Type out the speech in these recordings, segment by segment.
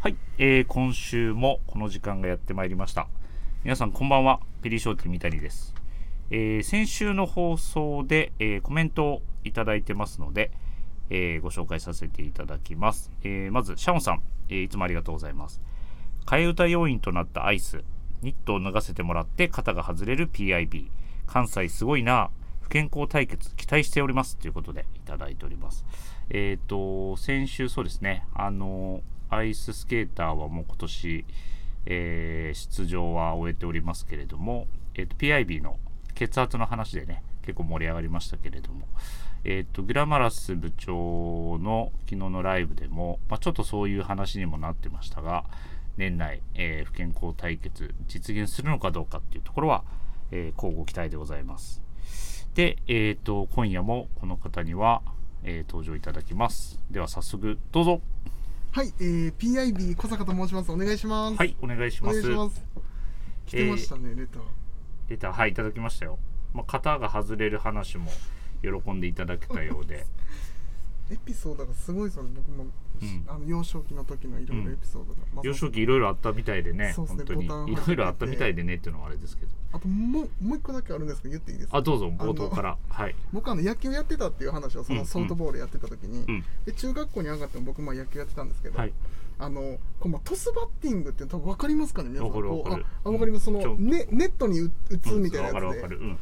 はい、えー今週もこの時間がやってまいりました皆さんこんばんはペリーショーティー三谷です、えー先週の放送で、えーコメントをいただいてますので、えーご紹介させていただきます、えーまずシャオンさん、えーいつもありがとうございます替え歌要員となったアイスニットを脱がせてもらって肩が外れる PIB 関西すごいな不健康対決期待しておりますということでいただいておりますえっ、と先週そうですねあのアイススケーターはもう今年、えー出場は終えておりますけれども、えーと PIB の血圧の話でね結構盛り上がりましたけれどもえっ、と、グラマラス部長の昨日のライブでも、まあ、ちょっとそういう話にもなってましたが、年内、えー不健康対決実現するのかどうかっていうところは、えー、交互期待でございます。で、えっ、と、今夜もこの方には、えー登場いただきます。では早速、どうぞ。はい、えー、PIB 小坂と申します。お願いします。はい、お願いしおま願す。いします。来てましたね、レター。レター、はい、いただきましたよ。まあ、型が外れる話も喜んでいただけたようで。エピソードがすごいですよね。僕も、うんあの幼少期の時のいろいろエピソードが。まあ幼少期いろいろあったみたいでね、そうです本ね当に。いボタンをろいろあったみたいでねっていうのはあれですけど。あともうもう一個だけあるんですけど言っていいですかあ、どうぞ、冒頭から。はい。僕あの野球やってたっていう話をそうんのソフトボールやってた時に、うん。で中学校に上がっても僕も野球やってたんですけど、はい。あのこうまあトスバッティングって多分分かりますかね皆さんわかるこうわかるああわかりますそちょの、ね、ネットに打打つみたいなやつわかるわでかる。うん。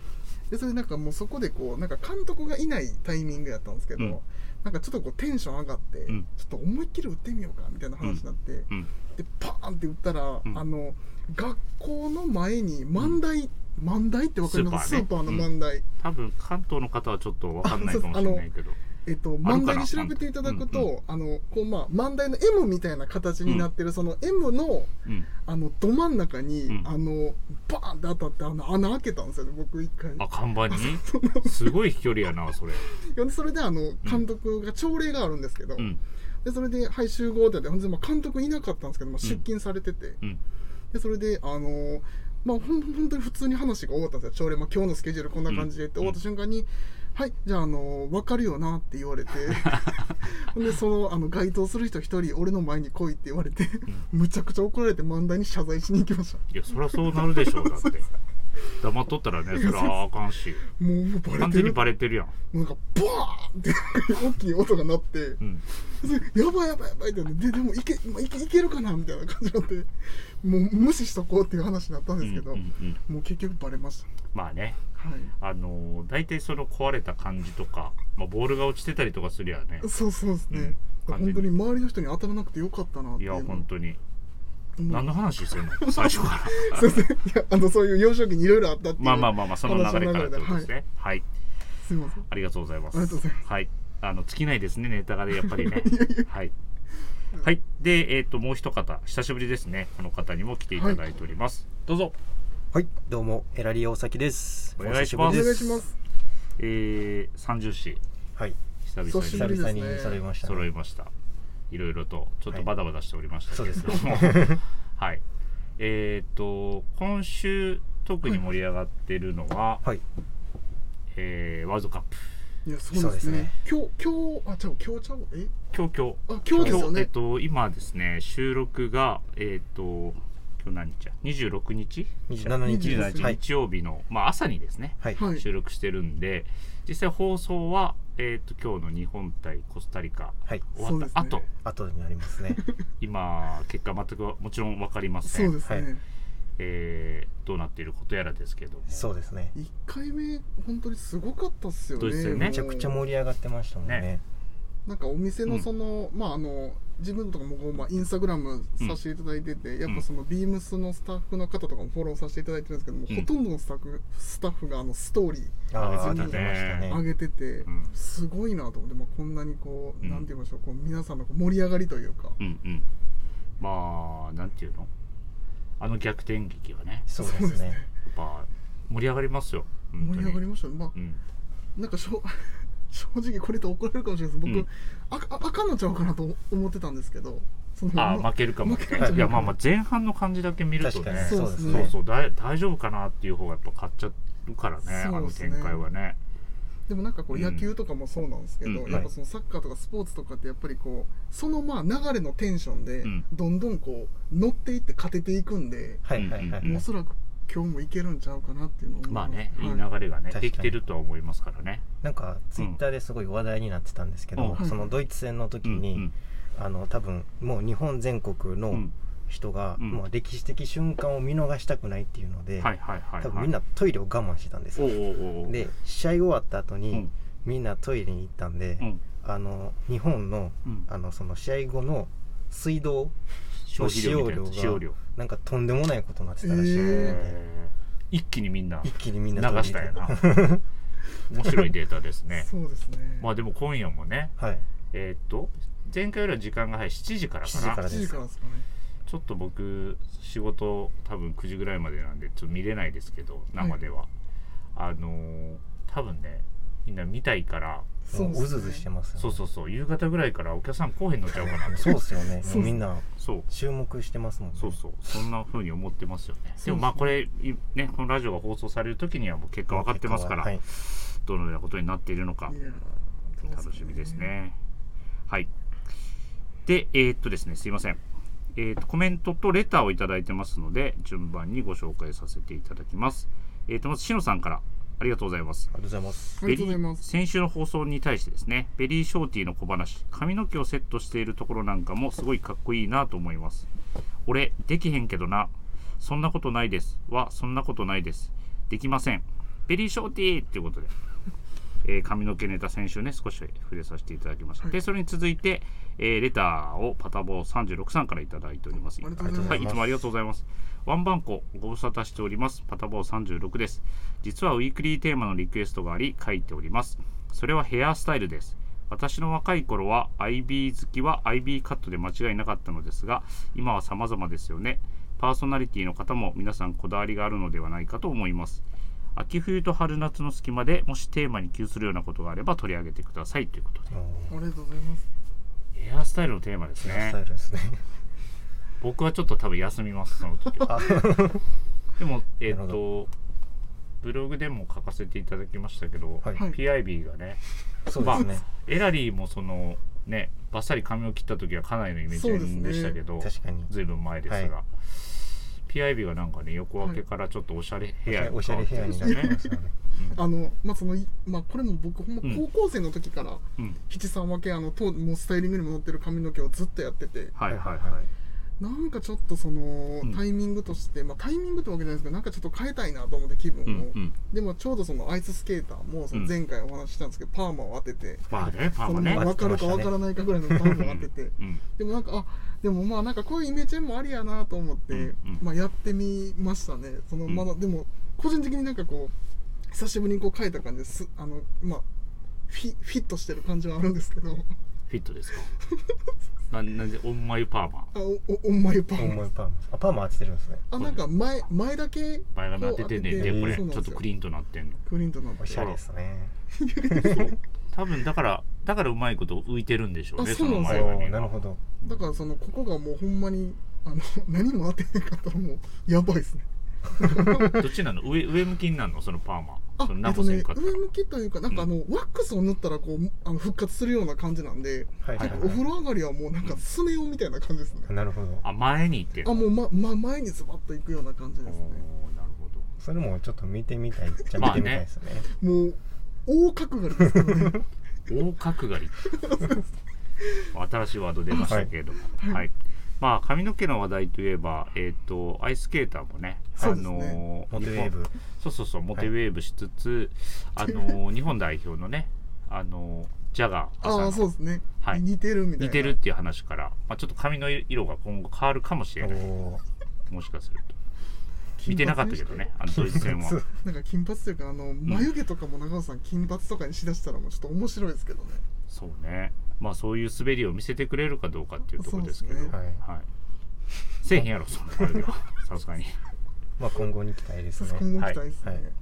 でそれなんかもうそこでこうなんか監督がいないタイミングやったんですけど、うんなんかちょっとこうテンション上がって、んちょっと思いっきり打ってみようかみたいな話になって、うん。でパーンって打ったら、うんあの学校の前に万代、万代ってわかりまスすスーー,、パパーーねの万代、多分、関東の方はちょっとわかんないかもしれないけど。えっと、かな万代で調べていただくうんうと、あのこうまあ万代の M みたいな形になってる、その M のうん。あのど真ん中に、うんあのバーンって当たってあの穴開けたんですよね僕一回。あ、看板にすごい飛距離やな、それ。でそれであの監督が朝礼があるんですけど、うん。でそれで「はい集合」ってやってほんで、まあ、監督いなかったんですけど、まあ、出勤されてて、うん。でそれであのーまあほん本当に普通に話が終わったんですよ朝礼、まあ、今日のスケジュールこんな感じでっうんて終わった瞬間に「はいじゃあ、あのー分かるよな」って 言われてほんでそのあの該当する人一人俺の前に来いって言われて、むちゃくちゃ怒られて漫談に謝罪しに行きましたいや、そりゃそうなるでしょう、だって。黙っとった らね、そりゃあかんし。もうもうバレ完て全にるバレてるやん。なんかバーンって大きい音が鳴って。うん。それやばいやばいやばいってなってででもいけまあいけいけるかなみたいな感じになってもう無視しとこうっていう話になったんですけど、うんうんうんもう結局バレましまあね。たはいあのー大体その壊れた感じとか、まあ、ボールが落ちてたりとかすりゃねそうそうですね、うん本当に周りの人に当たらなくてよかったなっていいやう本当にもう何の話してんの最初 からすいませんいやあのそういう幼少期にいろいろあったっていうまあまあまあまあその流れからってことですはい、ねはい、すいませんありがとうございますありがとうございますはいあの尽きないですねネタがねやっぱりね はいはいでえっ、ともう一方久しぶりですねこの方にも来ていただいております、どうぞはい、どうも、エラリー大崎です。お願いしますおお願久いしぶりまです。すえー、三重市はい、久々に久久しぶりです々ねに揃いましたね、揃いましたいろいろとちょっとバタバタしておりましたそうけれですどねも、 はいえっ、と今週特に盛り上がってるのは、はい、えーワールドカップいやそうですね今日今日あちゃう今日ちゃうえ今日今日あ今日ですよえっ、ねと今ですね収録がえっ、と今日何日や26日27日27 27日はい、日曜日の、まあ、朝にですねはい、はい収録してるんで実際放送は、えっと今日の日本対コスタリカはい、終わったそ後、うですね後になりま すね。今結果全くもちろん分かりませんそうですね、はいえーどうなっていることやらですけどもそうですね。一回目本当にすごかったっすよそうねですよねもうめちゃくちゃ盛り上がってましたもんね。ねなんかお店うのんその、まああの自分とかもこう、まあ、インスタグラムさせていただいてて、やっぱそのビームスのスタッフの方とかもフォローさせていただいてるんですけども、うんほとんどのスタッフスタッフがあのストーリああ、上げて出てたねましたー上ね。げてて、うんすごいなと思って、まあ、こんなにこう、うんなんて言いましょうこう皆さんのこう盛り上がりというか、うんうんまあなんていうのあの逆転劇はねそうですね。やっぱ盛り上がりますよ本当に盛り上がりましたねまあ、うんなんかしょ 正直これと怒られるかもしれないです僕、うんあああかんのちゃうかなと思ってたんですけどそのあまー負けるかも負けるかもいやまあまあ前半の感じだけ見ると確かにねそそううでですすそうねね。そうだ大丈夫かなっていう方がやっぱ買っちゃうからねあそうのですね展開はねでもなんかこううん野球とかもそうなんですけど、うんやっぱそのサッカーとかスポーツとかってやっぱりこうそのまあ流れのテンションでうんどんどんこう乗っていって勝てていくんで、はいはいはい、うんおそらく今日もいけるんちゃうかなっていうのを思いまあすね、いいはい流れがね、確かにできてるとは思いますからね。なんかツイッターですごい話題になってたんですけど、うんそのドイツ戦の時に、うんあの多分もう日本全国うのん人が、うんもう歴史的瞬間を見逃したくないっていうので、はいはいはい、多は分い。みんなトイレを我慢してたんですおうよおうおうおう、で試合終わった後うに、ん、みんなトイレに行ったんで、うん、あの日本のうん、あのその試合後の水道消費量みたいなやつ使使用用量が量。なんかとんでもないことになってたらしいので、え一気にみんな一気にみん流なトイレしたよ行なって。面白いデータですね。そうですねまあでも今夜もね、 はいえーっと、前回よりは時間が早い7時からか7時な。から7時からですかねちょっと僕仕事多分9時ぐらいまでなんでちょっと見れないですけど生では、あのー多分ねみんな見たいからそうもううずうずしてまますよ、ね、そうそうそう夕方ぐらいからお客さん来へんのちゃうかなそうっすよねそうもうみんなそう注目してますもんねそうそうそんな風に思ってますよねそうでもまあこれいねこのラジオが放送される時にはもう結果分かってますから、はい、どのようなことになっているのかいやー楽しみですね。はい。で、えーっとですね、すいません。えーっと、コメントとレターをいただいてますので、順番にご紹介させていただきます。えーっと、まず、しのさんから、ありがとうございます。ありがとうございますありがとうございます先週の放送に対してですね、ベリーショーティーの小話、髪の毛をセットしているところなんかもすごいかっこいいなと思います。俺、できへんけどな。そんなことないです。は、そんなことないです。できません。ベリーショーティーっていうことで、 えー髪の毛ネタ先週ね、少し触れさせていただきました。はいで、それに続いて、えーレターをパタボー36さんからいただいております。ありがとうございますはい、いつもありがとうございます。ワンバンコ、ご無沙汰しております。パタボー36です。実はウィークリーテーマのリクエストがあり、書いております。それはヘアスタイルです。私の若い頃は IB 好きは IB カットで間違いなかったのですが、今は様々ですよね。パーソナリティの方も皆さんこだわりがあるのではないかと思います。秋冬と春夏の隙間でもしテーマに急するようなことがあれば取り上げてくださいということでおーありがとうございますヘアスタイルのテーマですヘアスタイねルですね僕はちょっと多分休みますその時はあでもえっ、なるほとブログでも書かせていただきましたけど、はい、はい PIB がねそうですね、エラリーもそのねバッサリ髪を切った時はかなりのイメそうーですジねでしたけど、確かにずいぶん前ですが、はい PIB がなんかね横分けからちょっとおしゃれヘアおにしゃ変われっヘてアるんでにすなよりねましたねあのまあそのいまあこれも僕ほんまうん高校生の時からうん七三分けあのともうスタイリングにも載ってる髪の毛をずっとやっててはいはいははいいなんかちょっとそのうんタイミングとして、まあ、タイミングってわけじゃないですけどなんかちょっと変えたいなと思って気分を、うんうんでもちょうどそのアイススケーターもその前回お話ししたんですけど、パーマを当てて、まあねパーそマのね分かるか分からないかぐらいのパーマを当ててうんでもなんかあでもまあなんかこういうイメチェンもありやなと思って、うんうんまあ、やってみましたねそのまだ、でも個人的になんかこう久しぶりにこう変えた感じですあのまあフィフィットしてる感じはあるんですけどフィットですか ななんでオンマイパーマあおおおんまいパーマ重いパーマあパーマ当ててるんですねあなんか前前だけ前髪当ててんねんでこうこれそうなんちょでっすとよクリーンとなってんのクリーンとなっておしゃれですね 多分だからだからうまいこと浮いてるんでしょうねあそそうなのんです前よ髪おーなるがほどだからそのここがもうほんまにあの 何も当てへんかったらもうやばいですね。どっちなの上上向きになるのそのパーマあそのえっ何ともせんねかったら、上向きというかなんかあの、ワックスを塗ったらこうあの復活するような感じなんで、はいはい、結構お風は呂上がりはもうなんかスネ夫みたいな感じですねい、。なるほどあ前に行ってんあのもうまま前にズバッといくような感じですね。おーなるほどそれもちょっと見てみたいじゃま見あてねみたいですね,、もう大角刈りですからね。 大角 刈り新しいワード出ましたけれども、はいまあ髪の毛の話題といえば、えっとアイススケーターもねそうですねあのモテウェー日ブ本そうそうそうモテウェーブしつつ、あの日本代表のねあのジャガーあさんあのそうですね、はい似てるみたいな。似てるっていう話から、まあ、ちょっと髪の色が今後変わるかもしれないおーもしかすると見てなかったけどねあのドイツ戦はそうなんか金髪というかあの眉毛とかも長尾さん金髪とかにしだしたらもうちょっと面白いですけどね。そうねまあそういう滑りを見せてくれるかどうかっていうところですけどそうですねはいせえへんやろそんなあれ ではさすがにまあ今後に期待ですね今後期待ですね。はいはい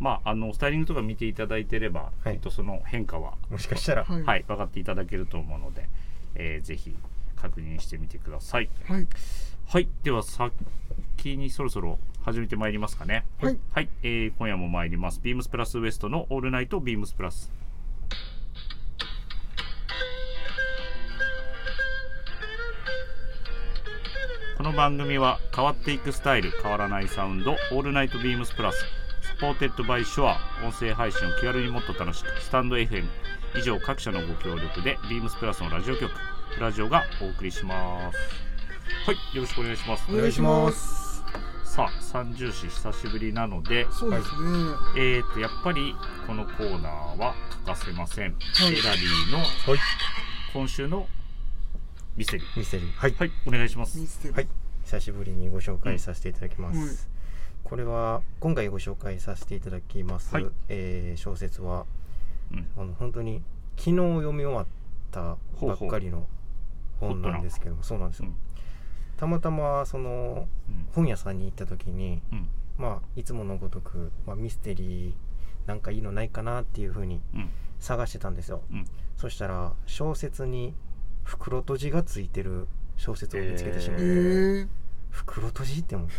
まああのスタイリングとか見ていただいてれば、はえいっと、その変化はもしかしたら、はいはい分かっていただけると思うので、えーぜひ確認してみてくださいはいはいでは先にそろそろ始めてまいりますかねはいはい、えー今夜も参りますビームスプラスウエストのオールナイトビームスプラスこの番組は変わっていくスタイル変わらないサウンドオールナイトビームスプラスサポーテッドバイショア音声配信を気軽にもっと楽しくスタンド FM 以上各社のご協力でビームスプラスのラジオ局プラジオがお送りしますはいよろしくお願いしますお願いします。さあ三重視久しぶりなのでそうですね。えー、とやっぱりこのコーナーは欠かせません、エいラリーのはい今週のミステリーミステリーはいはいお願いしますミステリー。はい久しぶりにご紹介させていただきます、うんはいこれは今回ご紹介させていただきます、はいえー小説はうんあの本当に昨日読み終わったばっかりのほう本なんですけどもそうなんですうよ、んたまたまそのうん本屋さんに行った時にうんまあいつものごとく、まあ、ミステリーなんかいいのないかなっていうふうにうん探してたんですよ、うんそしたら小説に袋とじがついてる小説を見つけてしまえって、えー、袋とじって思って、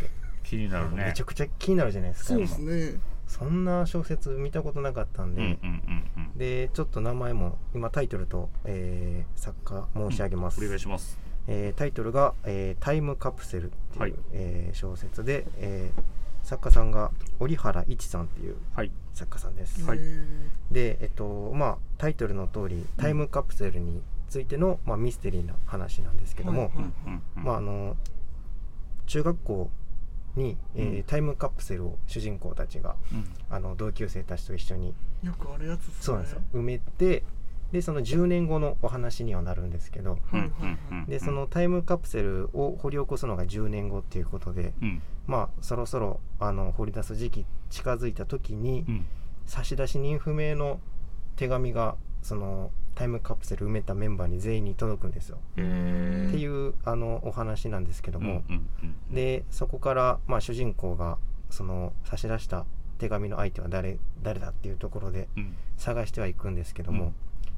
気になるねめちゃくちゃ気になるじゃないですかそうですね。そんな小説見たことなかったうんんで、うんうんうんでちょっと名前も今タイトルと、えー作家申し上げます、お願いしますえータイトルが、えータイムカプセル」っていう、はいえー小説で、えー作家さんが折原一さんっていうはい作家さんです、はいえーでえっとまあタイトルの通りタイムカプセルについての、まあ、ミステリーな話なんですけども、はいうんうんうんまああの中学校に、えーうんタイムカプセルを主人公たちがうんあの同級生たちと一緒によくあるやつですね。そうなんですよ埋めてでその10年後のお話にはなるんですけどうはんいうんはいはいうんでそのタイムカプセルを掘り起こすのが10年後っていうことでうんまあそろそろあの掘り出す時期近づいた時にうん差出人不明の手紙がそのタイムカプセル埋めたメンバーに全員に届くんですよ。えっていううあのお話なんですけどんうも、んうんでそこから、まあ、主人公がその差し出した手紙の相手は誰誰だっていうところでうん探してはいくんですけども、うん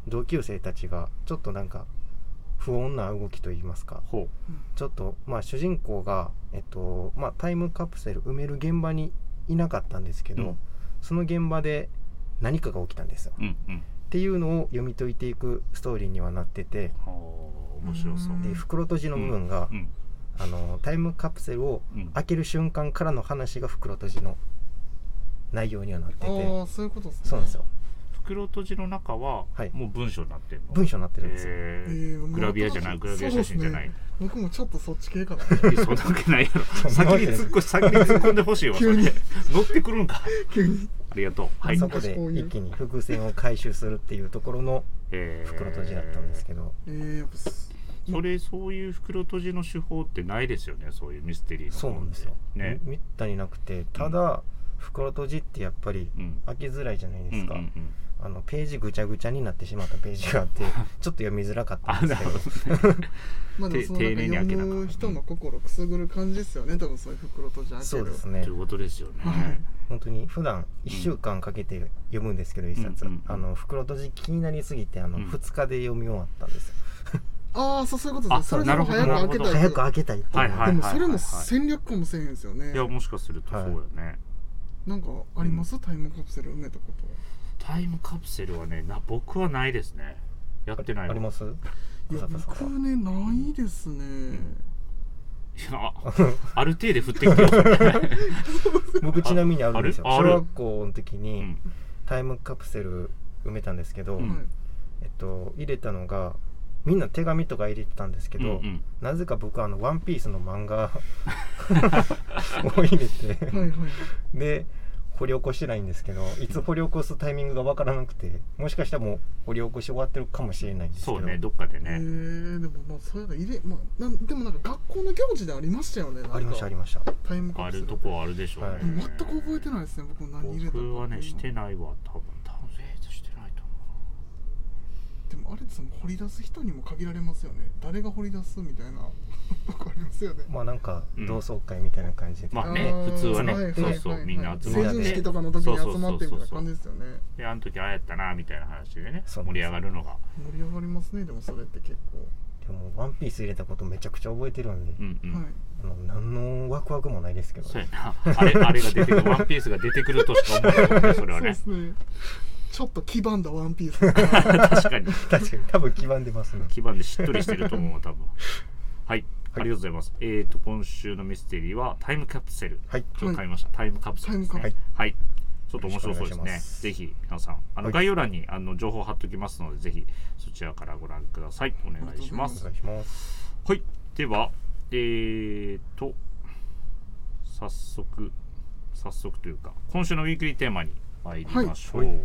同級生たちがちょっとなんか不穏な動きといいますかほちょっとまあ主人公が、えっとまあ、タイムカプセル埋める現場にいなかったんですけど、うんその現場で何かが起きたんですよ。ううんうんっていうのを読み解いていくストーリーにはなっててほう面白そううんで袋閉じの部分が、うんあのタイムカプセルをうん開ける瞬間からの話が袋閉じの内容にはなっててああ、そういうことですね。そうなんですよ袋閉じの中ははいもう文章になってるの文章になってるんですよ、へえーーグラビアじゃないグラビア写真じゃな。まいあそうですね僕もちょっとそっち系か な。いやそんなわけないやろそん先なわにけない突っ込先に突っ込んでほしいわそれ 急に乗ってくるんか急に。ありがとうはいそこで一気に伏線を回収するっていうところのえー袋閉じだったんですけど、えー、やっぱすそれそういう袋閉じの手法ってないですよねそういうミステリーのそうなんですよ、ねめったになくてただ袋閉じってやっぱりうん開けづらいじゃないですか、うんうんうんあのページぐちゃぐちゃになってしまったページがあって ちょっと読みづらかったあんなですけるどほどねまあでもそのてなん丁寧かに開けな読あかんむ人の心くすぐる感じですよね多分そういう袋閉じ開けるそうですとねいうことですよね、はい本当に普段1週間かけて読むんですけど一冊、うんうんうんあの袋閉じ気になりすぎてあのうん2日で読み終わったんですよ、ああそうそういうことですあねそれでも早なくる開ほけどうたんい早く開けたいっていうのはいはいでもそれも戦略かもせえへんですよね、いやもしかするとそうよね、なんかあります、タイムカプセル埋めたことタイムカプセルはねな僕はないですねやってないわありますいや小坂さん僕はねないですね、いやある程度降ってきてる 僕ちなみにあるんですよああ小る学校の時うにんタイムカプセル埋めたんですけど、うんはいえっと、入れたのがみんな手紙とか入れてたんですけうんうど、んなぜか僕はあの「ワンピースの漫 画 を入れてはいはいで掘り起こしてないんですけどいつ掘り起こすタイミングが分からなくてもしかしたらもう掘り起こし終わってるかもしれないんですけそどうねどっかでえね、ー、でもまあそういうの入れ、まあ、なんでもなんか学校の行事でありましたよねなんかありましたありましたタイムカあプセるルとこはあるでしょうね、はいでも全く覚えてないですね僕何入れたか僕はねしてでないわ多分多分えーしてないと思もあれですもん掘り出す人にも限られますよね誰が掘り出すみたいな とこありますよねまあなんかうん同窓会みたいな感じで、まあねあー普通はねいいいそうそうみんな集まっ成て人式とかの時に集まってみたいな感じですよねうであの時ああやったなみたいな話でねそうな盛んですり上がるのが盛り上がりますねでもそれって結構でも「ワンピース入れたことめちゃくちゃ覚えてるんで、うんうん、はいあの何のワクワクもないですけどそうやなあれあれが出てくるワンピースが出てくるとしか思えないねそれはそうでねすねちょっと黄ばんだワンピース が確かに確かに多分黄ばんでますね基盤でしっとりしてると思うわ多分はいありがとうございます、えっ、と今週のミステリーはタイムカプセルはいちょっと買いました、タイムカプセルですねタはイいム、ちょっと面白そうでよろしすくお願ねいしますぜひ皆さんあのはい概要欄にあの情報貼っておきますのでぜひそちらからご覧くださいお願いしまおす願いしますはいではえーと早速早速というか今週のウィークリーテーマに参りましょう、はいはい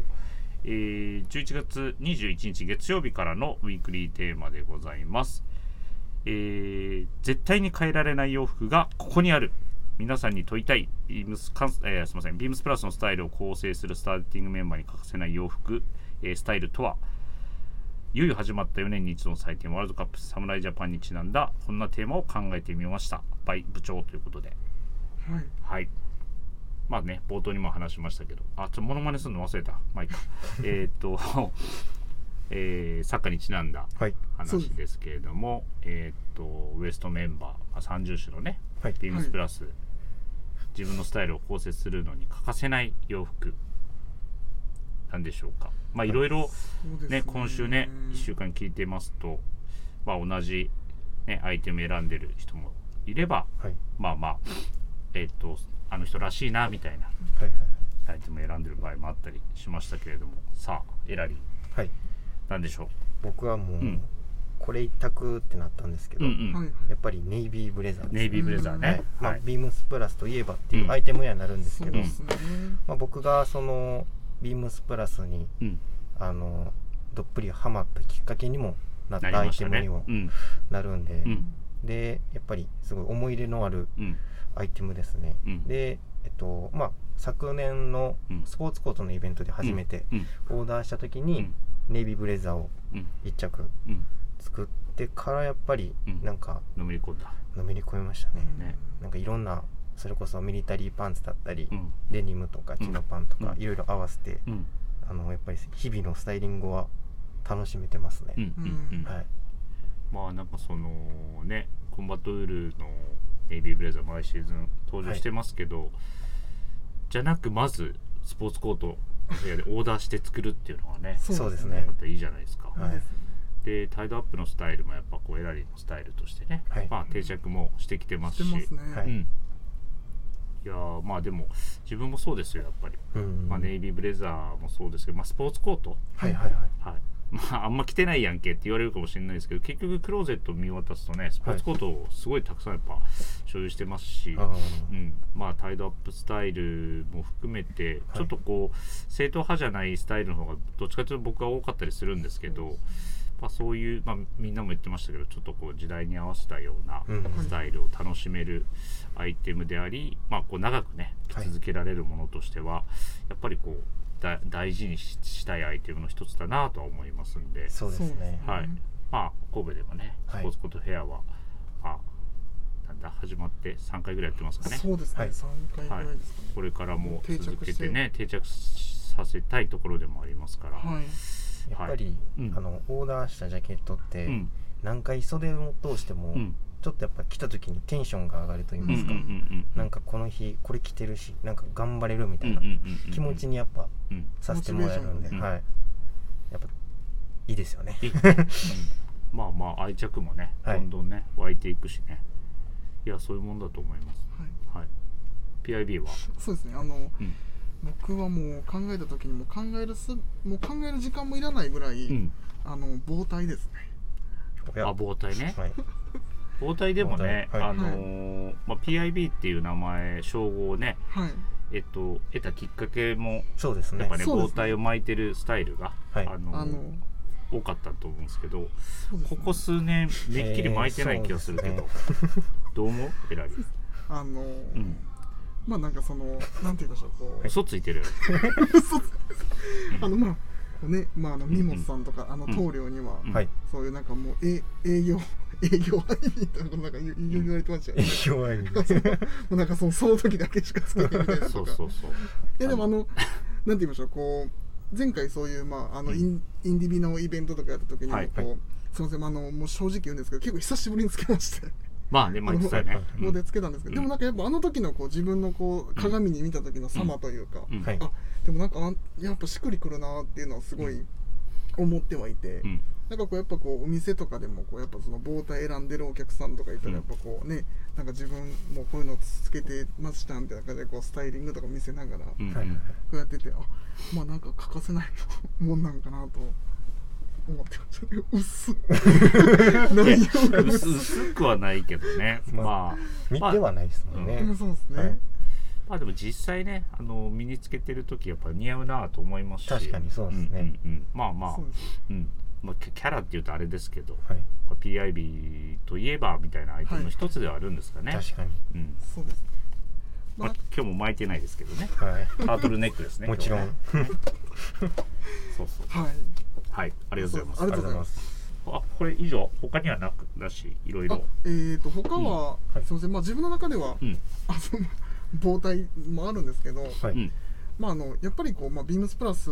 えー11月21日月曜日からのウィークリーテーマでございます、えー絶対に変えられない洋服がここにある皆さんに問いたいビームスカン、えーすみませんビームスプラスのスタイルを構成するスターティングメンバーに欠かせない洋服、えースタイルとはいよいよ始まった4年に一度の祭典ワールドカップ侍ジャパンにちなんだこんなテーマを考えてみました。バイ部長ということで。はいはい。まあね、冒頭にも話しましたけど、あ、ちょ、モノマネするの忘れた。まあいい か。えーっと、えーサッカーにちなんだはい話ですけれども、えーっと、ウエストメンバー、まあ、30種のね、はいビームスプラス、自分のスタイルを構成するのに欠かせない洋服、なんでしょうか。まあいろいろ、そうですね、今週ね、1週間聞いてますと、まあ、同じ、ね、アイテム選んでる人もいれば、はいまあまあ、えっと、あの人らしいなみたいなはいアイテム選んでる場合もあったりしましたけれども、さあ、エラリー、はい、はい、なんでしょ僕はもう、うんこれ一択ってなったんですけう。ど、うんはういん。やっぱりネイビーブレザーですねネイビーブレザーはいね。まあはい。ビームスプラスといえばっていううんアイテムにはなるんですそけうど、ですねまあ、僕がそのビームスプラスにうん。あのどっぷりハマったきっかけにもなっなたりアイましテたムね。にもうん。なるんで、うん。でやっぱりすごい思い入れのあるうん。アイテムですね、うんでえっとまあ昨年のうんスポーツコートのイベントで初めてうん。オーダーした時うにん。ネイビーブレザーをうん。一着うん。作ってからやっぱりうんなんかのめり込んだ。のめり込みましたね、ねなんかいろんなそれこそミリタリーパンツだったり、うん。デニムとかチノパンとかうんいろいろ合わせて、うん。あのやっぱり日々のスタイリングは楽しめてますね、うん。うん。うん。はい、まあなんかそのねコンバットウールのネイビーブレザー毎シーズン登場してますけど、じゃなくまずスポーツコートの部屋でオーダーして作るっていうのはねそうですやねっぱいいじゃないですか、そうですねでタイドアップのスタイルもやっぱこうエラリーのスタイルとしてね、はいまあ定着もしてきてますしてしますねはいうん、いやーまあでも自分もそうですよやっぱり、うんまあ、ネイビーブレザーもそうですけど、まあ、スポーツコートはいはいはいはい、まああんま着てないやんけって言われるかもしれないですけど結局クローゼット見渡すとねスポーツコートをすごいたくさんやっぱ所有してますし、あうん、まあタイドアップスタイルも含めてはいちょっとこう、正統派じゃないスタイルの方がどっちかというと僕は多かったりするんですけど、まあ、そういう、まあ、みんなも言ってましたけどちょっとこう時代に合わせたようなうんスタイルを楽しめるアイテムであり、まあ、こう長くねはい着続けられるものとしては、やっぱりこうだ大事にししたいアイテムの一つだなとは思いますんで。そうですそうですねねはい、まあ神戸でもねはいスポーツコートフェアは、まあなんだ始まって3回ぐらいやってますかねそうですはねい三回ぐらいですかねこれからも続けてね定着させたいところでもありますから、はいやっぱり、はいうんあのオーダーしたジャケットって、うん何回袖を通しても、うんちょっとやっぱ着た時にテンションが上がると言いうんうんまうすんうか、んなんかこの日これ着てるしなんか頑張れるみたいな気持ちに、にやっぱうんさせてもらえるんモチベーで、ションがねはいやっぱいいですよね いいまあまあ愛着もねどはいんどんね湧いていくしねいやそういうもんだと思いますはいはい PIB はそうですねあのうん僕はもう考えた時にも考えるすもう考える時間もいらないぐらういんあの膨大ですねいやあ防体ねはい防体でもね、防体はいあのーまあ、PIB っていう名前称号をねはいえっと得たきっかけもそうですやねっぱねそうです防ね体を巻いてるスタイルが、はいあのーあの多かったと思うんですけどそうですこねこ数年めっきり巻いてない気がするけど、えーそうどう思うエラリーあのうんまあなんかそのなんて言いましょうこう嘘ついてるよ嘘 あのまあこうねまああのんうん三本さんとかあの棟梁にはうんはいそういうなんかもうえ営業営業アイビーとかなんか言う言う言われてましたよね。弱いそうもうなんかそのその時だけしかつけないみたいなそとうか。そうそういやでもあのなんて言いましょうこう前回そういう、まあ、あのうんインインディビのイベントとかやった時にもこう、はいはいすみません、あのもう正直言うんですけど結構久しぶりにつけましてまあね、まあ、実際ね。うんもうでつけたんですけうど、んでもなんかやっぱあの時のこう自分のこう鏡に見た時の様というか、うんはいあでもなんかあやっぱしっくりくるなっていうのはすごい思ってはいて、うんなんかこうやっぱこうお店とかでもこうやっぱその棒体選んでるお客さんとかいたらやっぱこうね、なんか自分もこういうのつけてましたみたいな感じでこうスタイリングとか見せながらこうんはいうやっててあまあなんか欠かせないもんなんかなと思ってましたね薄っいや内容が薄薄薄くはないけどね、 まあまあ、見てはないですもんね、いそうですね、はいまあでも実際ねあの身につけてる時やっぱ似合うなと思いますし確かにそうですね、うんうんうんまあまあそうう、ですんまあ、キャキャラっていうとあれですけど、はいまあ PIB といえばみたいなアイテムの一つではあるんですかね、確かに、うんそうですままああ、今日も巻いてないですけ どねはいタートルネックですねもちろん、今日ねそうそうはいはいありがとうござあいまりがすとうございますすあこれ以上他にはなくだしいろいあろえー、と他は、うんはいすみません、まあ、自分の中では、うんあその 膨体もあるんですけど、はい、うんまあ、あのやっぱりこう、まあ、ビームスプラス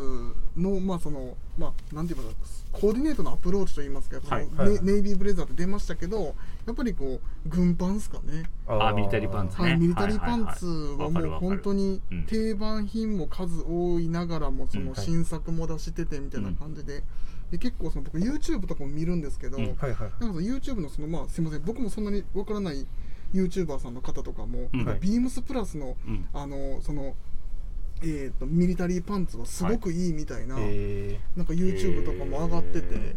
の,、まあそのまあ、なんて言えばコーディネートのアプローチといいますか、はいそのはいはいネネイビーブレザーって出ましたけどやっぱりこう軍パンですかねあミリタリーパンツはい、ねミリタリーパンツはいはいはいわかるはもうわかる本当にうん定番品も数多いながらもそうんのはい新作も出しててみたいな感じで,、で結構その僕 YouTube とかも見るんですけど、うんはいはいはいなんかその YouTube のそのまあすみません僕もそんなにわからない YouTuber さんの方とかも、うんなんかビームスプラスのうんあのそのえー、とミリタリーパンツはすごくいいみたいな、えなんか YouTube とかも上がってて、え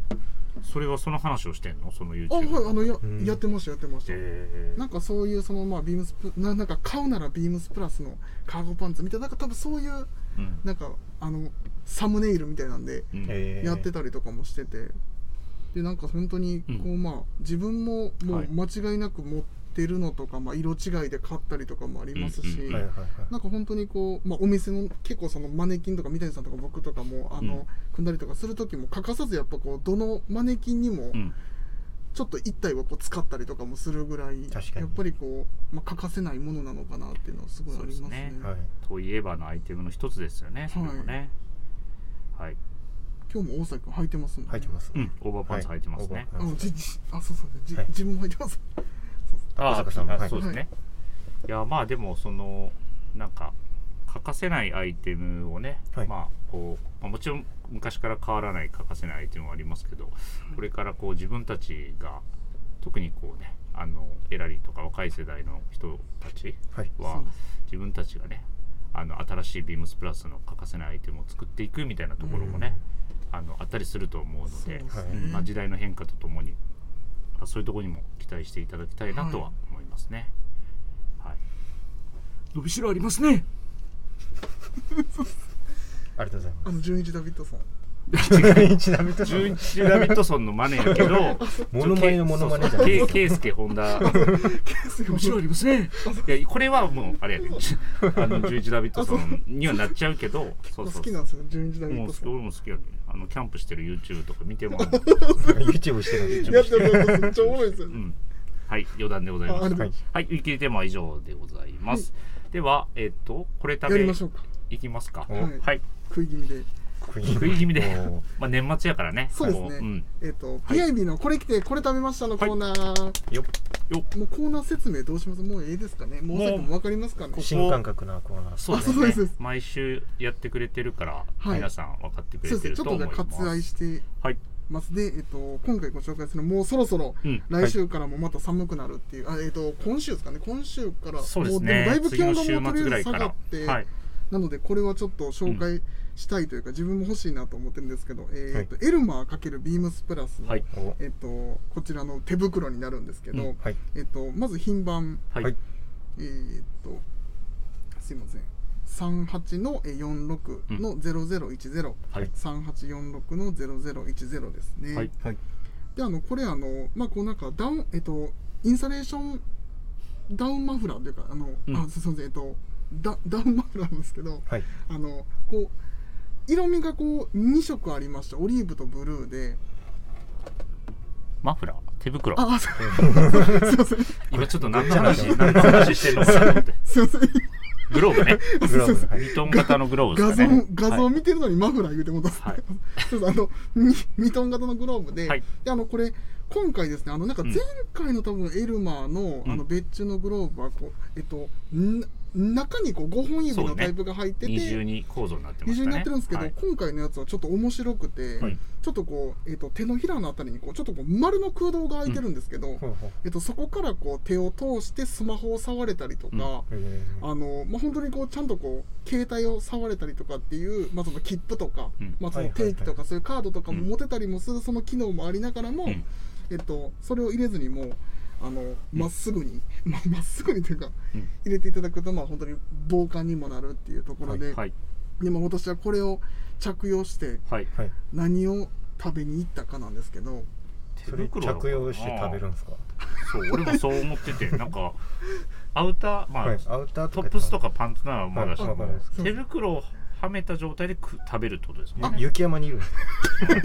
それはその話をしてんのその YouTube あはいあのや,、うんやってましたやってました、えーなんかそういうそのまあビームスプななんか買うならビームスプラスのカーゴパンツみたいななんか多分そういううんなんかあのサムネイルみたいなんでうーんえーやってたりとかもしててでなんか本当にこう、うまあ自分ももはうい間違いなく持ってるのとか、まあ、色違いで買ったりとかもありますし、うんうんはいはいはいなんか本当にこう、まあ、お店の結構そのマネキンとか三谷さんとか僕とかもあの、うん組んだりとかする時も欠かさずやっぱこうどのマネキンにもうんちょっと一体はこう使ったりとかもするぐらい確かにやっぱりこう、まあ、欠かせないものなのかなっていうのはすごいありますそうですねねはいといえばのアイテムの一つですよね、それもね。はい。今日も大崎君履いてますもんね入ってます、うん、オーバーパンツ履いてますね。あはいじじあそうそうじ、はい自分も履いてますああ小坂さんもあはいそうですね。いや、まあでも、その、なんか、欠かせないアイテムをね、はいまあ、こう、まあもちろん昔から変わらない欠かせないアイテムはありますけど、これからこう自分たちが、特にこうね、あの、エラリーとか若い世代の人たちはいはそうです自分たちがねあの新しいビームスプラスの欠かせないアイテムを作っていくみたいなところもね、あのあったりすると思うので、そうですはいねまあ、時代の変化とともに、まあ、そういうところにも期待していただきたいなとは思いますね。はい 伸びしろありますねありがとうござい あの純一ダビッドソンますちなみに純一ラビットソンのマネやけど、モノマネのモノマネじゃないケイケイスケホンダ。伸びしろありますねいやこれはもうあれやね。あの純一ラビットソンにはなっちゃうけど、 そうそ好うき。なんですよ純一ダビもうッドソン俺も好きやね。あのキャンプしてる YouTube とか見て もらう YouTube してるんですやってるやつめっちゃおもろいですようねん。はい、余談でございまああすれ。はいはい、ウィキリテーマは以上でございます。では、えっ、と、これ食やべりましょうかいきますか。おはいはい、食い気味で食食い気味でおー、 まあ年末やからね。そうですねもうん。えっ、と、PIB のこれ来てこれ食べましたのコーナー、よよもうコーナー説明どうしますもうええですかねもうもうさっきもわかりますかねこ新感覚なコーナーそうであそうですねすそうです。毎週やってくれてるから、はい皆さん分かってくそれうてでるとすねちょっと思いじゃあます。割愛してはい。ますで、えっと、今回ご紹介するもうそろそろうん。来週からもまた寒くなるっていう、あえっと今週ですかね今週からそうでもすうでもね。だいぶ気次温のが週末もうとりぐあらえずい下かがっら。て、はい。なのでこれはちょっと紹介したいというか、自分も欲しいなと思ってるんですけど、えっとエルマー×ビームスプラスの、はい。おえっとこちらの手袋になるんですけど、うんはいえっとまず品番はい。はいえーっと、すいません。38のえー46の0010、はい3846の0010ですね。はいはいで、あの、これ、あの、まあ、こうなんか、ダウン、えっと、インサレーションダウンマフラーというか、あの、うんあ、すいません、えっと、ダダウンマフラーなんですけど、 はいあの、こう、色味がこう、2色ありました。オリーブとブルーで、マフラー、手袋。あ、あす いません。すいません。 今ちょっと何のごめん話、何の話してんのかなと思って。すいません。グローブね。グローブ、はいミトン型のグローブで画すか像ね。画像見てるのにマフラー言うても出す、はいそうですあのミミトン型のグローブで,、はいであのこれ今回ですねあのなんかうん前回の多分エルマーの,、うんあの別注のグローブはこうえっとん中にこう5本指そうのねタイプが入ってて、二重に構造になってま二した重にね。なってるんですけど、はい今回のやつはちょっと面白くて、はいちょっとこう、えっと手のひらのあたりにこうちょっとこう丸の空洞が空いてるんですけど、ほうほうえっとそこからこう手を通してスマホを触れたりとか、うんえーあのまあ、本当にこうちゃんとこう携帯を触れたりとかっていう、まあ、その切符とか、うんまあ、そのはいはいは定い期とかそういうカードとかもうん持てたりもするその機能もありながらも、うんえっと、それを入れずにもうあのまっすぐに、 まあまっすぐにというかうん入れていただくと、まあ、本当に防寒にもなるっていうところで,、はいでまあ私はこれを着用してはい。はい何を食べに行ったかなんですけど 手それ袋だ着用して食べるんですかそう俺もそう思っててなん かアウターまあ、はいアウタートとッかプスとかパンツならまだしはいも、わかります手袋をはめた状態で食食べるってことですもんね。雪山にいるんで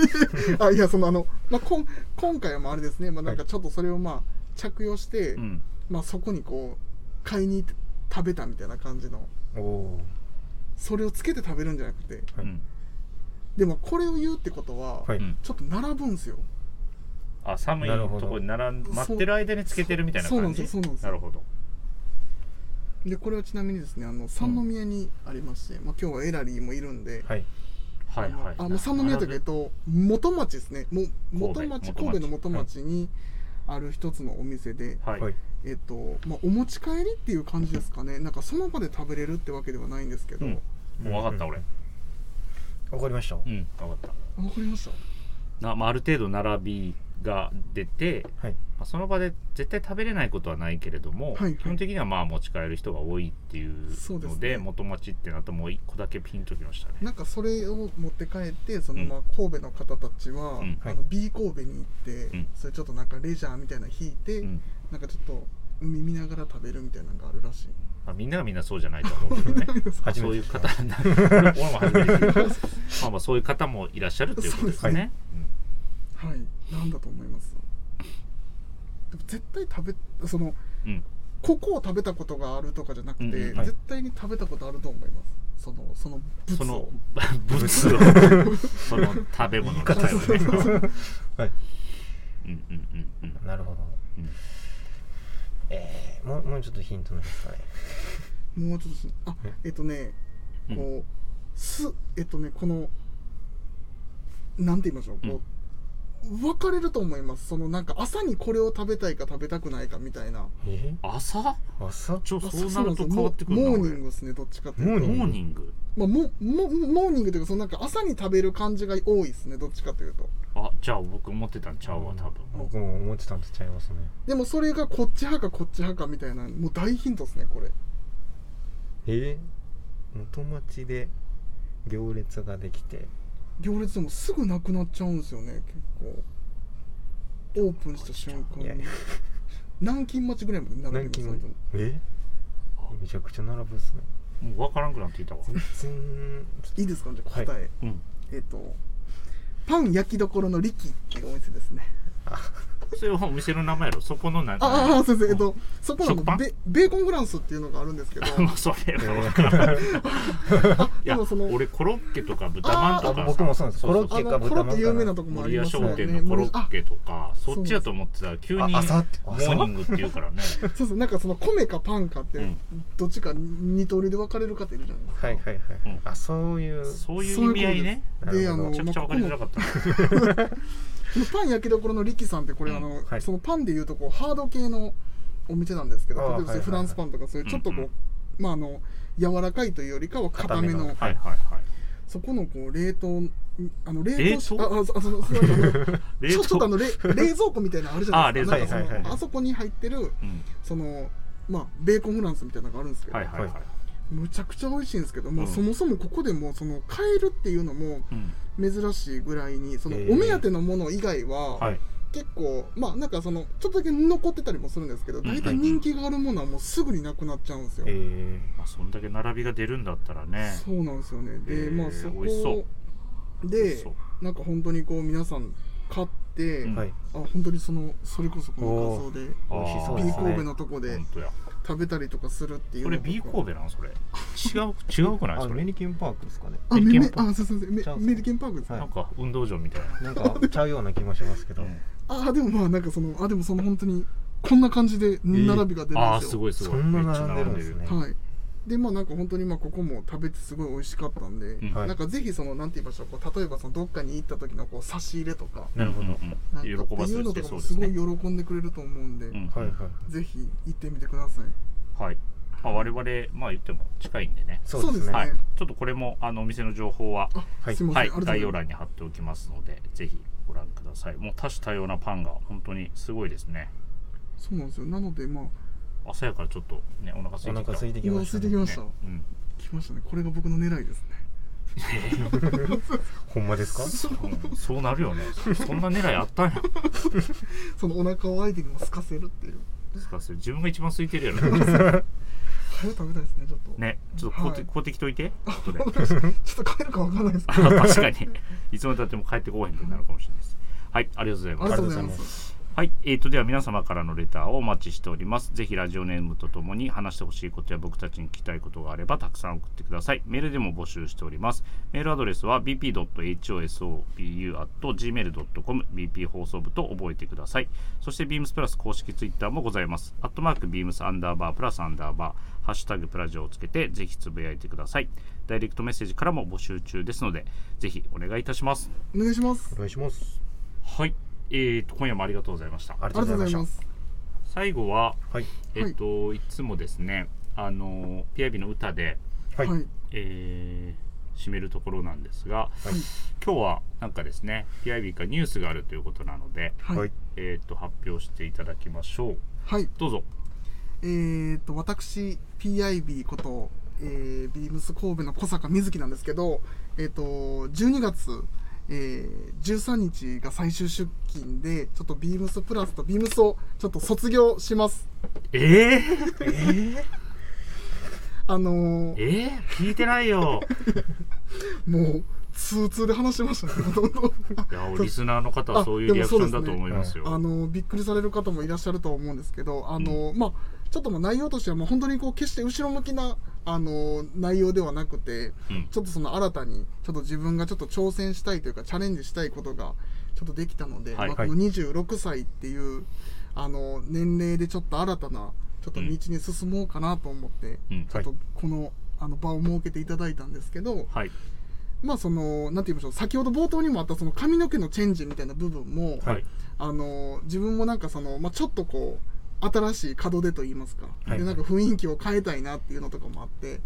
すかあいやそのあの、まあ、こん今回はまああれですね、まあ、なんかちょっとそれをまあ着用して、うん、まあ、そこにこう買いに行って食べたみたいな感じのおおそれをつけて食べるんじゃなくてうはいん、でもこれを言うってことは、ーはういん。ちょっと並ぶんですよあ寒いなるほとどこに並んそう待ってる間につけてるみたいなそうな感んでじ。すよそうなんですよなるほど。でこれはちなみにですねあの三宮にありまして、まあ、今日はエラリーもいるんで、はいはいはい。あのあもう三宮というか、えっと、元町ですねもう元神戸町元町神戸の元町にある一つのお店で、はい、はいえっとまあ、お持ち帰りっていう感じですかねなんかその場で食べれるってわけではないんですけど、うんわもう分かった俺。わかりましたうん、分かった。かりましたなまあ、ある程度並びが出て、はいまあ、その場で絶対食べれないことはないけれども、はいはい基本的にはまあ持ち帰る人が多いっていうそうですのでね元町ってなったらもう一個だけピンときましたね。なんかそれを持って帰ってそのうんまあ神戸の方たちは、うんあの B 神戸に行って、うんそれちょっとなんかレジャーみたいなの引いて、うんなんかちょっと海見ながら食べるみたいなのがあるらしい。まあ、みんながみんなそうじゃないと思うけどね 初そうめいてう方 俺も初めて聞いたまあまあそういう方もいらっしゃるっていうことですそうですねね。 はい、なんだと思います。でも絶対食べそのうんうんここを食べたことがあるとかじゃなくて、うんうんはい絶対に食べたことあると思います。そのそのそ物のを。物をその食べ物のそ答うえをね。そうそうそう はいうんうんうんなるほどうんうんえー、もうもうちょっとヒントなんですかねもうちょっとしあえっとねうんこうすえっとねこのなんて言いましょうこう、分かれると思いますそのなんか朝にこれを食べたいか食べたくないかみたいなえ朝朝ちょあそうなるとです変わってくるなモーモ俺ーニングですねどっちかってモいうーとニングモーニングまあ、モモモーニングというかそのなんか朝に食べる感じが多いですねどっちかというとあじゃあ僕思ってたんちゃうわ多分。僕も思ってたんとちゃいますねでもそれがこっち派かこっち派かみたいなもう大ヒントですねこれえー、元町で行列ができて行列でもすぐなくなっちゃうんですよね結構オープンした瞬間いやいにや南京町ぐらいまで並南んで京ますま本で当にえめちゃくちゃ並ぶっすねもう分からんくなっていたわ。全然いいですかじゃあ答え、うん。えっ、とパン焼きどころのリキっていうお店ですねそれはお店の名前やろ。そこのな。あああ先生えっうとそこ食パのンベベーコンフランスっていうのがある んですけどんまあそれは分からん。あいでやもその俺コロッケとか豚まんとかあ僕もそうなんですそうそうコロッあのケか豚コロッケ有名なまんかとこもあ森り屋ます商よね店のコロッあケとかそそうっちやと思ってたら急にモあ朝ってーニングっていうから ねそうそうなんかその米かパンかって、うんどっちか二通りで分かれるかっているじゃないですかはいはいはい、うんあそういうそういう意味合いねなでるあのほどめちゃくちゃ分かりづらか ったなそのパン焼きどころのリキさんってこれ、あの、はいそのパンでいうとこうハード系のお店なんですけどあ例えーばそういうフランスパンとかそういうちょっとこう、うんうんまああの柔らかいというよりかは固めの硬めのはいはいはいそこのこう冷凍あの冷凍冷凍あああそのすごいあの冷ちょちょっと凍あの冷冷蔵庫みたいなのあるじゃないですかあー冷な蔵庫んかそのはいはいはいあそこに入ってるうんそのまあベーコンフランスみたいなのがあるんですけど、はいはいはいむちゃくちゃ美味しいんですけど、まあうんそもそもここでもうその買えるっていうのもうん珍しいぐらいにそのえーお目当てのもの以外は、はい結構まあなんかそのちょっとだけ残ってたりもするんですけどん大体人気があるものはもうすぐになくなっちゃうんですよ、えー、まあそんだけ並びが出るんだったらねそうなんですよねで、えーまあそ美味しそこ美味しでそうなんか本当にこう皆さん買って、うんあはい本当にそのそれこそこの画像であー美味しそう B ですね神戸のとこで本当や食べたりとかするっていうこれのが B 神戸なんそれ違 う違うくないあそのれメリケンパークですかねあメリメケンメパークあそうそうそうメちゃうメリケンパークです、はいなんか運動場みたいな、なんかちゃうような気もしますけど、あでもまあなんかそのあでもその本当にこんな感じで並びが出るんですよ、ああすごいすそごいんな並んでるんですめっちねゃはい、でまあなんか本当にまあここも食べてすごい美味しかったんで、うんはいなんかぜひそのなんて言いましょうこう例えばそのどっかに行った時のこう差し入れとか並んでるなるなんかほど、うん、喜ばっていせうのてとかそうもですすごねい喜んでくれると思うんで、うんはいはいぜひ行ってみてくださいはい、まあ、我々まあ言っても近いんでねそうですねはいちょっとこれもあのお店の情報はあ、はいすいません、はいありがとうござ概い要ます欄に貼っておきますのでぜひご覧くださいもう多種多様なパンが本当にすごいですねそうなんですよなのでまあ朝やからちょっとねお腹空いおてきた腹空いてきお腹まし空たいてきねました、ねうん来ましたねこれが僕の狙いですねほんまですかそううんそうなるよねそんな狙いあったんやそのお腹を相手にも空かせるっていうすかせ自分が一番空いてるやろ早く食べたいですねちょっとねちょっとこうて、はいこうてきといて後で ちょっと帰るかわからないですけどあ確かにいつまでたっても帰ってこうへんってなるかもしれないですはいありがとうございますりがとうございまありがとうございますはい、えー、とでは皆様からのレターをお待ちしております。ぜひラジオネームとともに話してほしいことや僕たちに聞きたいことがあればたくさん送ってください。メールでも募集しております。メールアドレスは bp.hosobu.gmail.com bp 放送部と覚えてください。そして beams プラス公式ツイッターもございます。アットマーク beams アンダーバープラスアンダーバーハッシュタグプラジオをつけてぜひつぶやいてください。ダイレクトメッセージからも募集中ですのでぜひお願いいたします。お願いしますお願いしますはい、えー、と今夜もありがとうございました。あありりがとがとううごござざいいまましす最後はたはいえっと、い、つもですね、あの、ピアビの歌で、ははいい、えー締めるところなんですが、はい今日はなんかですね、ピアビからニュースがあるということなので、はいはいえっと、発表していただきましょう。はいどうぞ。えー、と私 PIB こと、えー、ビームス神戸の小坂瑞希なんですけど、えー、と12月、えー、13日が最終出勤でちょっとビームスプラスとビームスをちょっと卒業しますええあのー、ええ聞いてないよ。もう通通で話してま したねほとんどい や、リスナーの方はそういうあリでアもクシそうョンでだすねと思いますよ。あのびっくりされる方もいらっしゃると思うんですけどあの、まあ、ちょっとまあ内容としてはもう本当にこう決して後ろ向きなあの内容ではなくて、うんちょっとその新たにちょっと自分がちょっと挑戦したいというかチャレンジしたいことがちょっとできたので、はいまあ、この26歳っていうあの年齢でちょっと新たなちょっと道に進もうかなと思って、うんちょっとこのあの場を設けていただいたんですけど、はい。まあそのなんて言いましょう先ほど冒頭にもあったその髪の毛のチェンジみたいな部分も、はい。あの自分もなんかその、まあ、ちょっとこう新しい門出といいますか、はいでなんか雰囲気を変えたいなっていうのとかもあって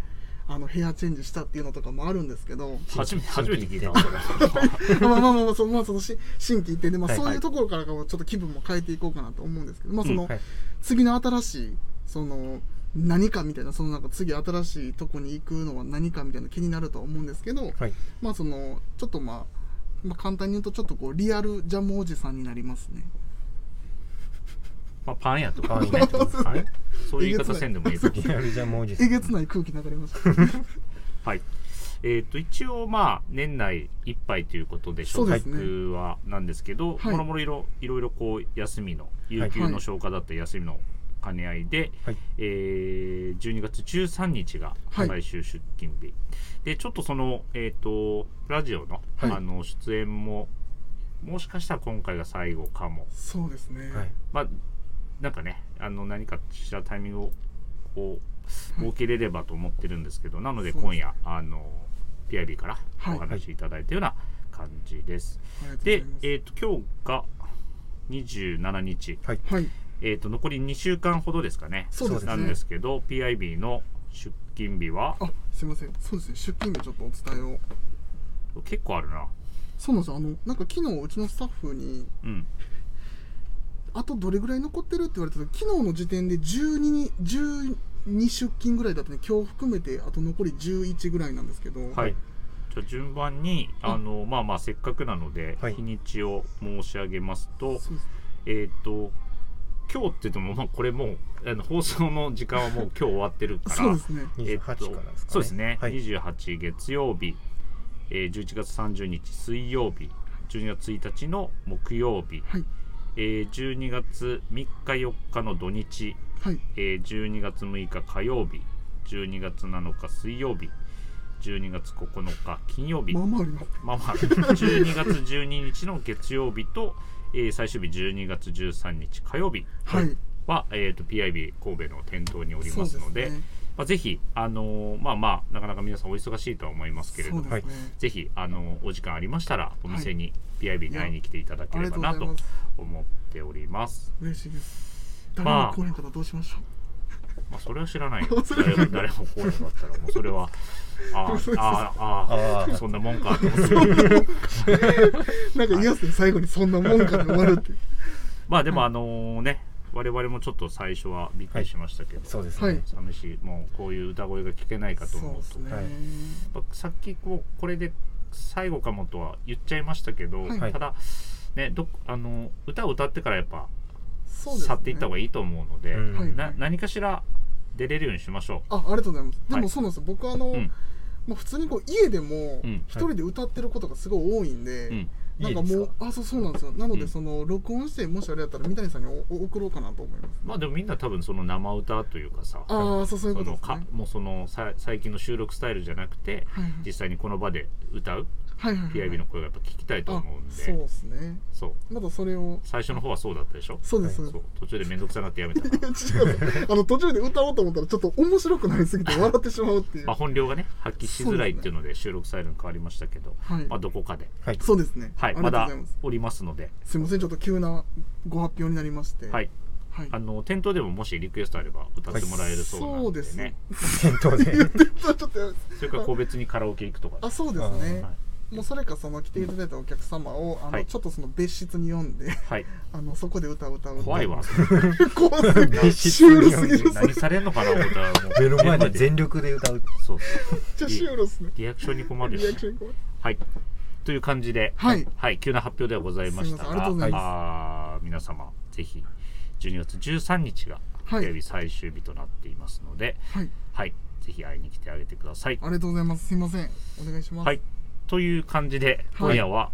あのヘアチェンジしたっていうのとかもあるんですけど初めて、初めて聞いたわ。 まあまあまあまあその,、まあ、そのし新規一転で、まあ、はいそういうところからもちょっと気分も変えていこうかなと思うんですけど、まあそのはい次の新しいその何かみたいなそのなんか次新しいとこに行くのは何かみたいな気になると思うんですけど、はいまあそのちょっとまあまあ、簡単に言うとちょっとこうリアルジャムおじさんになりますね。まあ、パンやとかパンね。やとはいそういう言い方せんでもいいですリアルジャムおじさえんげつない空気流れました。はい。えっ、と、一応、まあ、年内いっぱいということで、そ消うですね毒はなんですけど、はいもろもろいろ、いろいろこう、休みの、有給の消化だったり休みの兼ね合いで、はいえー12月13日がはい最終出勤日。で、ちょっとその、えっ、と、ラジオの、はいあの、出演も、もしかしたら今回が最後かも。そうですね。はいまあ、なんかね、あの、何かしらタイミングを、こう、設けれればと思ってるんですけど、なのでそうです今夜、あの、PIB からはいお話しいただいたような感じです。ありでがとうございま、すえっ、と、今日が27日、はいはい、えっ、と、残り2週間ほどですかね。そうですね。なんですけど、PIB の出勤日は、あ、すいません。そうですね。出勤日ちょっとお伝えを。結構あるな。そうなんですよ。あのなんか昨日うちのスタッフにうん。あとどれぐらい残ってるって言われた時昨日の時点で12に12出勤ぐらいだったね。今日含めてあと残り11ぐらいなんですけど。はいい。じゃあ順番に、あの、まあまあ、せっかくなので、はい日にちを申し上げますと、そうです。えーっ、と今日って言っても、まあ、これもうあの放送の時間はもう今日終わってるからそうですね。えーっ28とからですかねそうですね、はい28月曜日、えー11月30日水曜日12月1日の木曜日、はいえー12月3日4日の土日、はいえー12月6日火曜日12月7日水曜日12月9日金曜日まあまあありますまあまあ、12月12日の月曜日と、えー最終日12月13日火曜日はい、は、えー、と PIB 神戸の店頭におりそうまですすねのでまあ、ぜひ、あのーまあまあなかなか皆さんお忙しいとは思いますけれどそうも、ですね、はいぜひ、あのーお時間ありましたらお店に PIB に会いに来ていただけあれりがばとうごなざといます思っております。嬉しいです誰まあも来れんかったらどうしましょうまあ、それは知らないよ そ誰れは知らも誰ないも来なかったらもうそれはあーあーあ あーーそんなもんかと思って。なんか言いやすね最後にそんなもんかで終わるってまあでもあのね、我々もちょっと最初はびっくりしましたけど、そうですね、はい寂しいもうこういう歌声が聞けないかとそ思ううでとすね、はいやっぱさっきこうこれで最後かもとは言っちゃいましたけど、はいただねどっあの歌を歌ってからやっぱそうですね去っていった方がいいと思うのでうんはいな何かしら出れるようにしましょあありがとうございますではいもそうなんですよ、僕あの、う。うんまあ、普通にこう家でもうん一人で歌ってることがすごい多いんで、うんなんかいいもうですあそうそうなんですよなのうでんその録音してもしあれやったら三谷さんにおお送ろうかなと思いますまあでもみんな多分その生歌というかさああそうそういそうのことですねかもうそのさ最近の収録スタイルじゃなくてはいはい実際にこの場で歌うはいはいはい PIB の声がやっぱ聞きたいと思うんあでそうですねそうまだそれを最初の方はそうだったでしょそうです、そそううです途中で面倒くさなってや めたからいや違うあの途中で歌おうと思ったらちょっと面白くなりすぎて笑ってしまうっていう、まあは本領がね発揮しづらいっていうので収録スタイルに変わりましたけど、い、まあどこかではいそうですねはいありまがだとうございますおりますのですいませんちょっと急なご発表になりましてはいはいあの店頭でももしリクエストあれば歌ってもらえるそうなそんうでで すねね、店頭でちょっとやめてそれから個別にカラオケ行くとかあそうですね、はいもうそれかその来ていただいたお客様をあの、はいちょっとその別室に呼んではいあのそこで歌を歌う怖いわ怖すぎる別シ室ューに呼んルですぎるそ何れされんのかな思ったらもう 目の 前で全力で歌うそうそうじゃシュールっすねリアクションに困るリアしクション怖いはいという感じではいはい、急な発表ではございましたすいませんありがとうございますあー皆様、ぜひ、12月13日が、はいテレビ最終日となっていますので、はいはい、ぜひ会いに来てあげてくださいあ。りがとうございますすいませんお願いしますはい、という感じで、はい今夜は、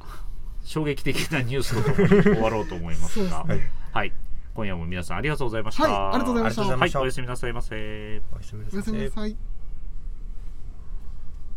衝撃的なニュースとともに 終わろうと思いますが、そうですねはい、今夜も皆さんありがとうございました。はいありがとうございましたはい、おやすみなさいませ。おやすみおやすみなさい